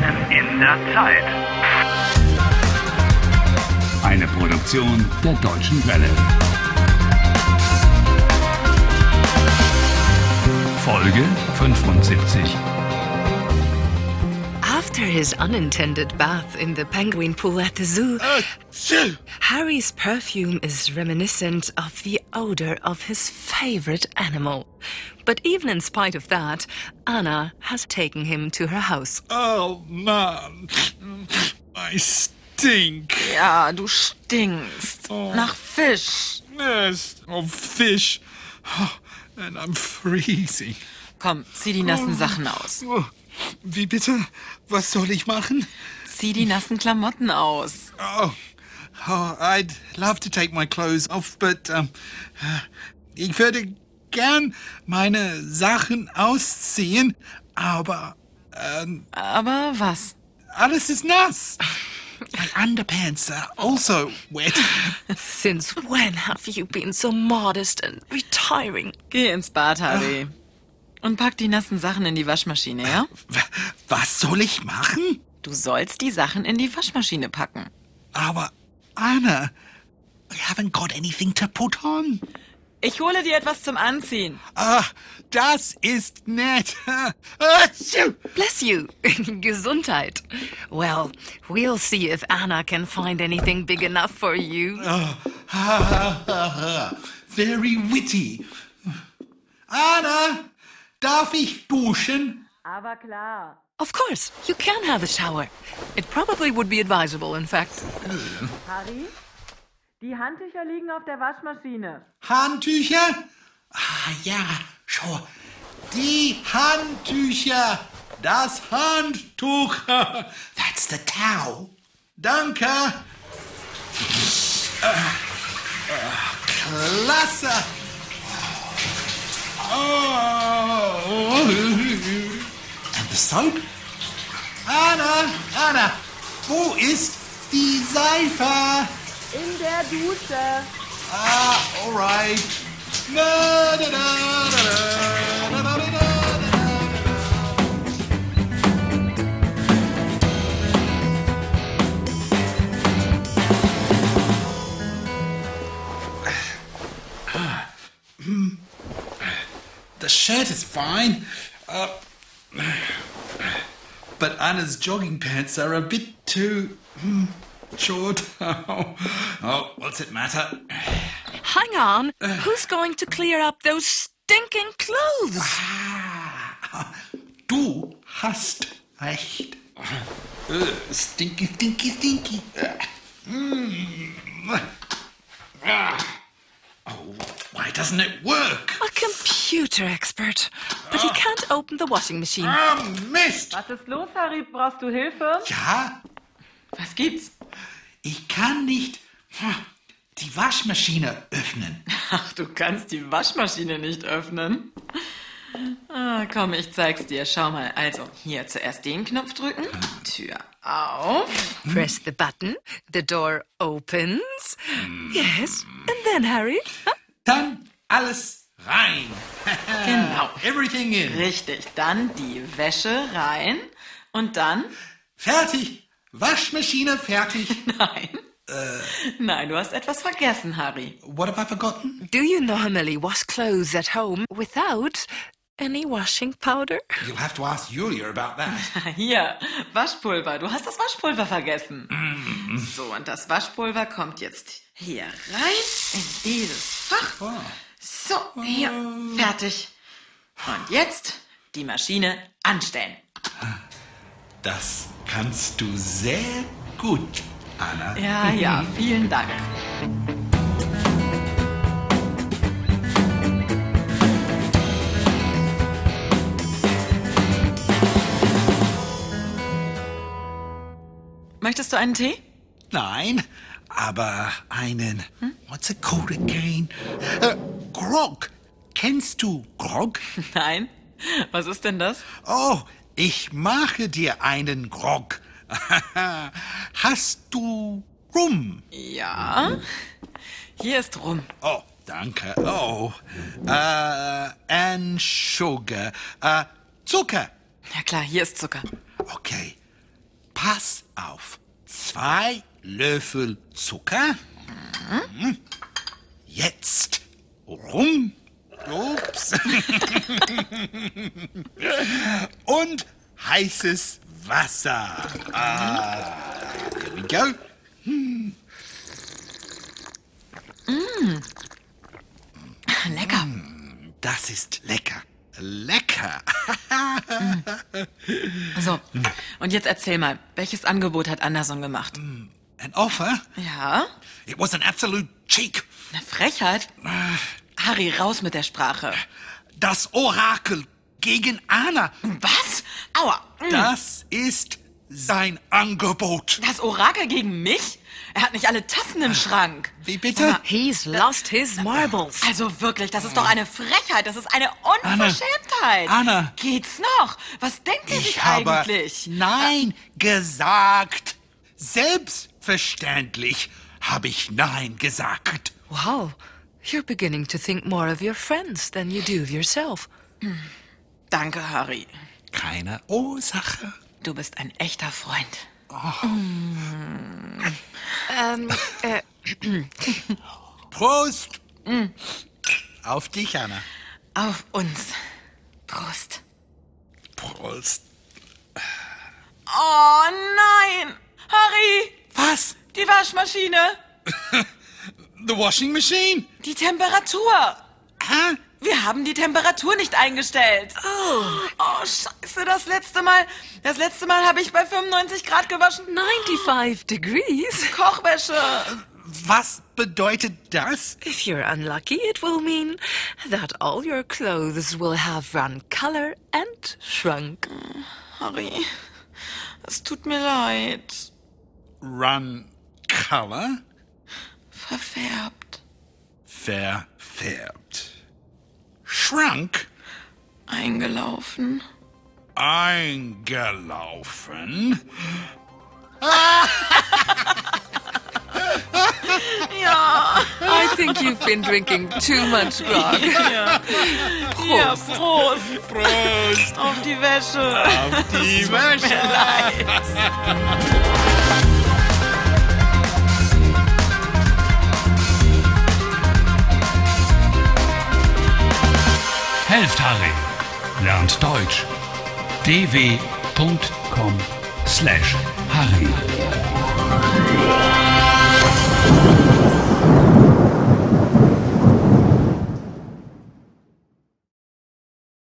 der Zeit. Eine Produktion der Deutschen Welle. Folge 75. After his unintended bath in the penguin pool at the zoo, Harry's perfume is reminiscent of the odor of his favorite animal. But even in spite of that, Anna has taken him to her house. Oh Mann, I stink. Ja, Ah, du stinkst. Oh. Nach Fisch. Yes, oh fish, Oh, and I'm freezing. Komm, zieh die nassen Sachen aus. Oh, Wie bitte? Was soll ich machen? Zieh die nassen Klamotten aus. Oh, oh I'd love to take my clothes off, but um, ich würde gern meine Sachen ausziehen, aber Aber was? alles ist nass. My underpants are also wet. Since when have you been so modest and retiring? Geh ins Bad, Harry. Ah. Und pack die nassen Sachen in die Waschmaschine, ja? W- Was soll ich machen? Du sollst die Sachen in die Waschmaschine packen. Aber Anna, I haven't got anything to put on. Ich hole dir etwas zum Anziehen. Ah, das ist nett. Ah, tschu. Bless you. Gesundheit. Well, we'll see if Anna can find anything big enough for you. Ha, ha, ha, ha. Ah, Very witty. Anna, darf ich duschen? Aber klar. Of course, you can have a shower. It probably would be advisable, in fact. Harry, die Handtücher liegen auf der Waschmaschine. Handtücher? Ah ja, schau. Die Handtücher. Das Handtuch. That's the towel. Danke. Ah, ah, Klasse. Oh. And the soap? Anna, Anna, wo ist die Seife? In der Dusche. Ah, all right. Na, da, da, da, da, da, da, da, da, da. The shirt is fine, uh, but Anna's jogging pants are a bit too hmm, short. oh, what's it matter? Hang on. Who's going to clear up those stinking clothes? Ah, Du hast recht. Äh, Stinky, stinky, stinky. Äh, mm. Ah. Oh, why doesn't it work? A computer expert. But he can't open the washing machine. Ah, Mist! Was ist los, Harry? Brauchst du Hilfe? Ja, Was gibt's? ich kann nicht hm, die Waschmaschine öffnen. Ach, du kannst die Waschmaschine nicht öffnen. Ah, komm, ich zeig's dir. Schau mal. Also, hier zuerst den Knopf drücken. Tür auf. Press the button. The door opens. Yes. And then, Harry? Huh? Dann alles rein. Äh. Genau. Everything in. Richtig. Dann die Wäsche rein. Und dann. Fertig. Waschmaschine fertig. Nein. Nein, du hast etwas vergessen, Harry. What have I forgotten? Do you normally wash clothes at home without any washing powder? You'll have to ask Yulia about that. Hier, Waschpulver. Du hast das Waschpulver vergessen. So, und das Waschpulver kommt jetzt hier rein in dieses Fach. So, hier, fertig. Und jetzt die Maschine anstellen. Das kannst du sehr gut, Anna. Ja, ja, vielen Dank. Möchtest du einen Tee? Nein, aber einen. What's it called again? Äh, Grog. Kennst du Grog? Nein. Was ist denn das? Oh, ich mache dir einen Grog. Hast du Rum? Ja. Hier ist rum. Oh, danke. Oh, äh, and Sugar. Äh, Zucker. Ja klar, hier ist Zucker. Okay. Pass auf. Zwei Löffel Zucker. Mhm. Jetzt rum. Ups. Und heißes Wasser. Ah, here we go. Ah, Lecker. Das ist lecker. Lecker. So, und jetzt erzähl mal, welches Angebot hat Anderson gemacht? An offer? Ja? It was an absolute cheek. Eine Frechheit? Harry, raus mit der Sprache. Das Orakel gegen Anna. Was? Aua. Mm. Das ist sein Angebot. Das Orakel gegen mich? Er hat nicht alle Tassen im Schrank. Wie bitte? He's lost his marbles. Also wirklich, das ist doch eine Frechheit. Das ist eine Unverschämtheit. Anna. Geht's noch? Was denkt ihr sich Ich habe eigentlich? Nein gesagt. Selbstverständlich habe ich Nein gesagt. Wow, you're beginning to think more of your friends than you do of yourself. Danke, Harry. Keine Ursache. Du bist ein echter Freund. Prost. Auf dich, Anna. Auf uns. Prost. Prost. Oh nein! Harry! Was? Die Waschmaschine! The washing machine? Die Temperatur! Hä? Wir haben die Temperatur nicht eingestellt. Oh. Oh, scheiße, das letzte Mal. Das letzte Mal habe ich bei 95 Grad gewaschen. 95 degrees? Kochwäsche. Was bedeutet das? If you're unlucky, it will mean that all your clothes will have run color and shrunk. Harry, es tut mir leid. Run color Verfärbt. verfärbt. Schrank Eingelaufen. eingelaufen. Ja, I think you've been drinking too much grog. ja, Prost. Prost Auf die Wäsche. auf die Wäsche. Helft Harry. Lernt Deutsch. dw.com/harry.